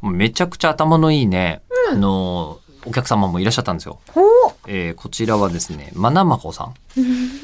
もうめちゃくちゃ頭のいいね、あのお客様もいらっしゃったんですよ。ほうえーこちらはですね、まなまこさん。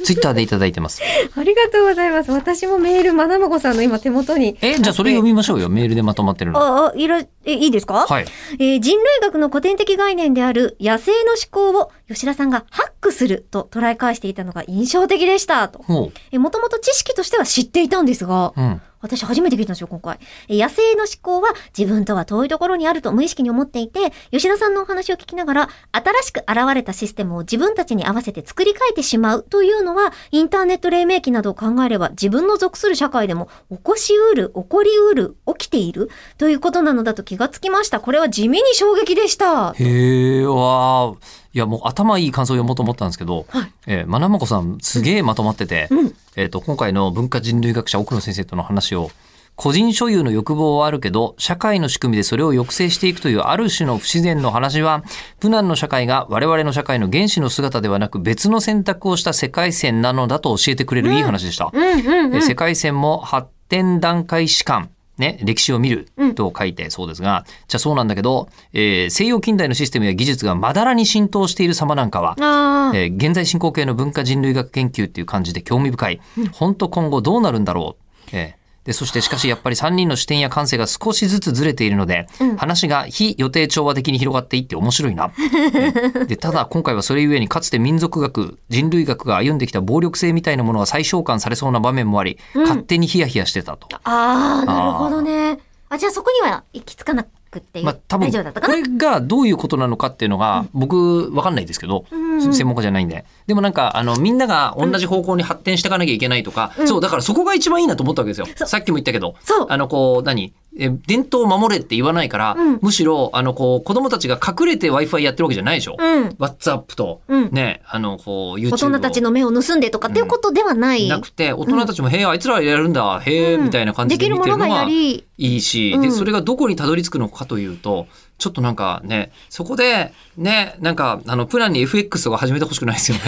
ツイッターでいただいてます。ありがとうございます。私もメール、まなまこさんの今手元に。え、じゃあそれ読みましょうよ。メールでまとまってるの。あ、あ、いら、え、いいですかはい。えー人類学の古典的概念である野生の思考を吉田さんがハックすると捉え返していたのが印象的でしたと。ほえー、もともと知識としては知っていたんですがう。、うん。私初めて聞いたんですよ、今回。えー野生の思考は自分とは遠いところにあると無意識に思っていて、吉田さんのお話を聞きながら、新しく現れたシステムを自分たちに合わせて作り変えてしまうというのは、インターネット黎明期などを考えれば、自分の属する社会でも起こしうる、起こりうる、起きているということなのだと気がつきました。これは地味に衝撃でした。へえ、わーいや、もう頭いい感想を読もうと思ったんですけど、えーまなまこさん、すげえまとまってて、えっ、と、今回の文化人類学者奥野先生との話を、個人所有の欲望はあるけど、社会の仕組みでそれを抑制していくというある種の不自然の話は、苦難の社会が我々の社会の原始の姿ではなく別の選択をした世界線なのだと教えてくれるいい話でした。うんうんえうーん。世界線も発展段階史観、ね、歴史を見るうんと書いてそうですが、じゃあそうなんだけど、えー西洋近代のシステムや技術がまだらに浸透している様なんかは、あーえー現在進行形の文化人類学研究っていう感じで興味深い。本当今後どうなるんだろう。えーでそしてしかしやっぱり3人の視点や感性が少しずつずれているので、うん話が非予定調和的に広がっていって面白いな。えーでただ今回はそれゆえにかつて民族学人類学が歩んできた暴力性みたいなものが再召喚されそうな場面もあり、うん勝手にヒヤヒヤしてたと。あー、なるほどね。あ、じゃあそこには行き着かなくって、まあ多分大丈夫だったかこなれがどういうことなのかっていうのが僕わかんないですけど、んうん専門家じゃないんででもなんかあのみんなが同じ方向に発展していかなきゃいけないとか、んそうだからそこが一番いいなと思ったわけですよそうさっきも言ったけどそうあのこう何え伝統を守れって言わないから、うんむしろあのこう子供たちが隠れて w i f i やってるわけじゃないでしょ、うん。 WhatsApp と、うんねあのこう YouTube を大人たちの目を盗んでとかっていうことではない。なくて大人たちも「へえあいつらやるんだへえ」みたいな感じで見てるできるもののががやり、いいし、うでんそれがどこにたどり着くのかというとちょっとなんかねそこでねなんかあのプランに FX とか始めてほしくないですよね。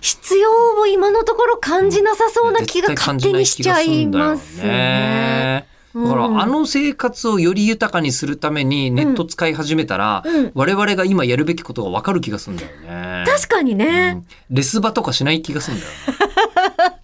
必要を今のところ感じなさそうな気絶が対感勝じ手なにしちゃいます気がするんだよね。ねだから、うんあの生活をより豊かにするためにネット使い始めたら、うん我々が今やるべきことがわかる気がするんだよね。確かにうね。んレスバとかしない気がするんだよね。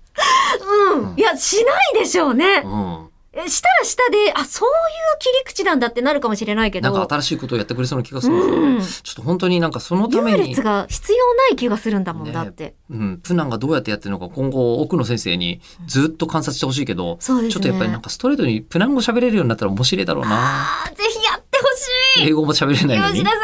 うん。いや、しないでしょうね。うんえしたら下で、あ、そういう切り口なんだってなるかもしれないけど。なんか新しいことをやってくれそうな気がするんだよねうんちょっと本当になんかそのため優に劣、が必要ない気がするんだもんねだって。うん、プナンがどうやってやってるのか今後奥野先生にずっと観察してほしいけど、そうですね。ちょっとやっぱりなんかストレートにプナン語喋れるようになったら面白いだろうな。あーぜひやってほしい英語も喋れないのに吉田。さ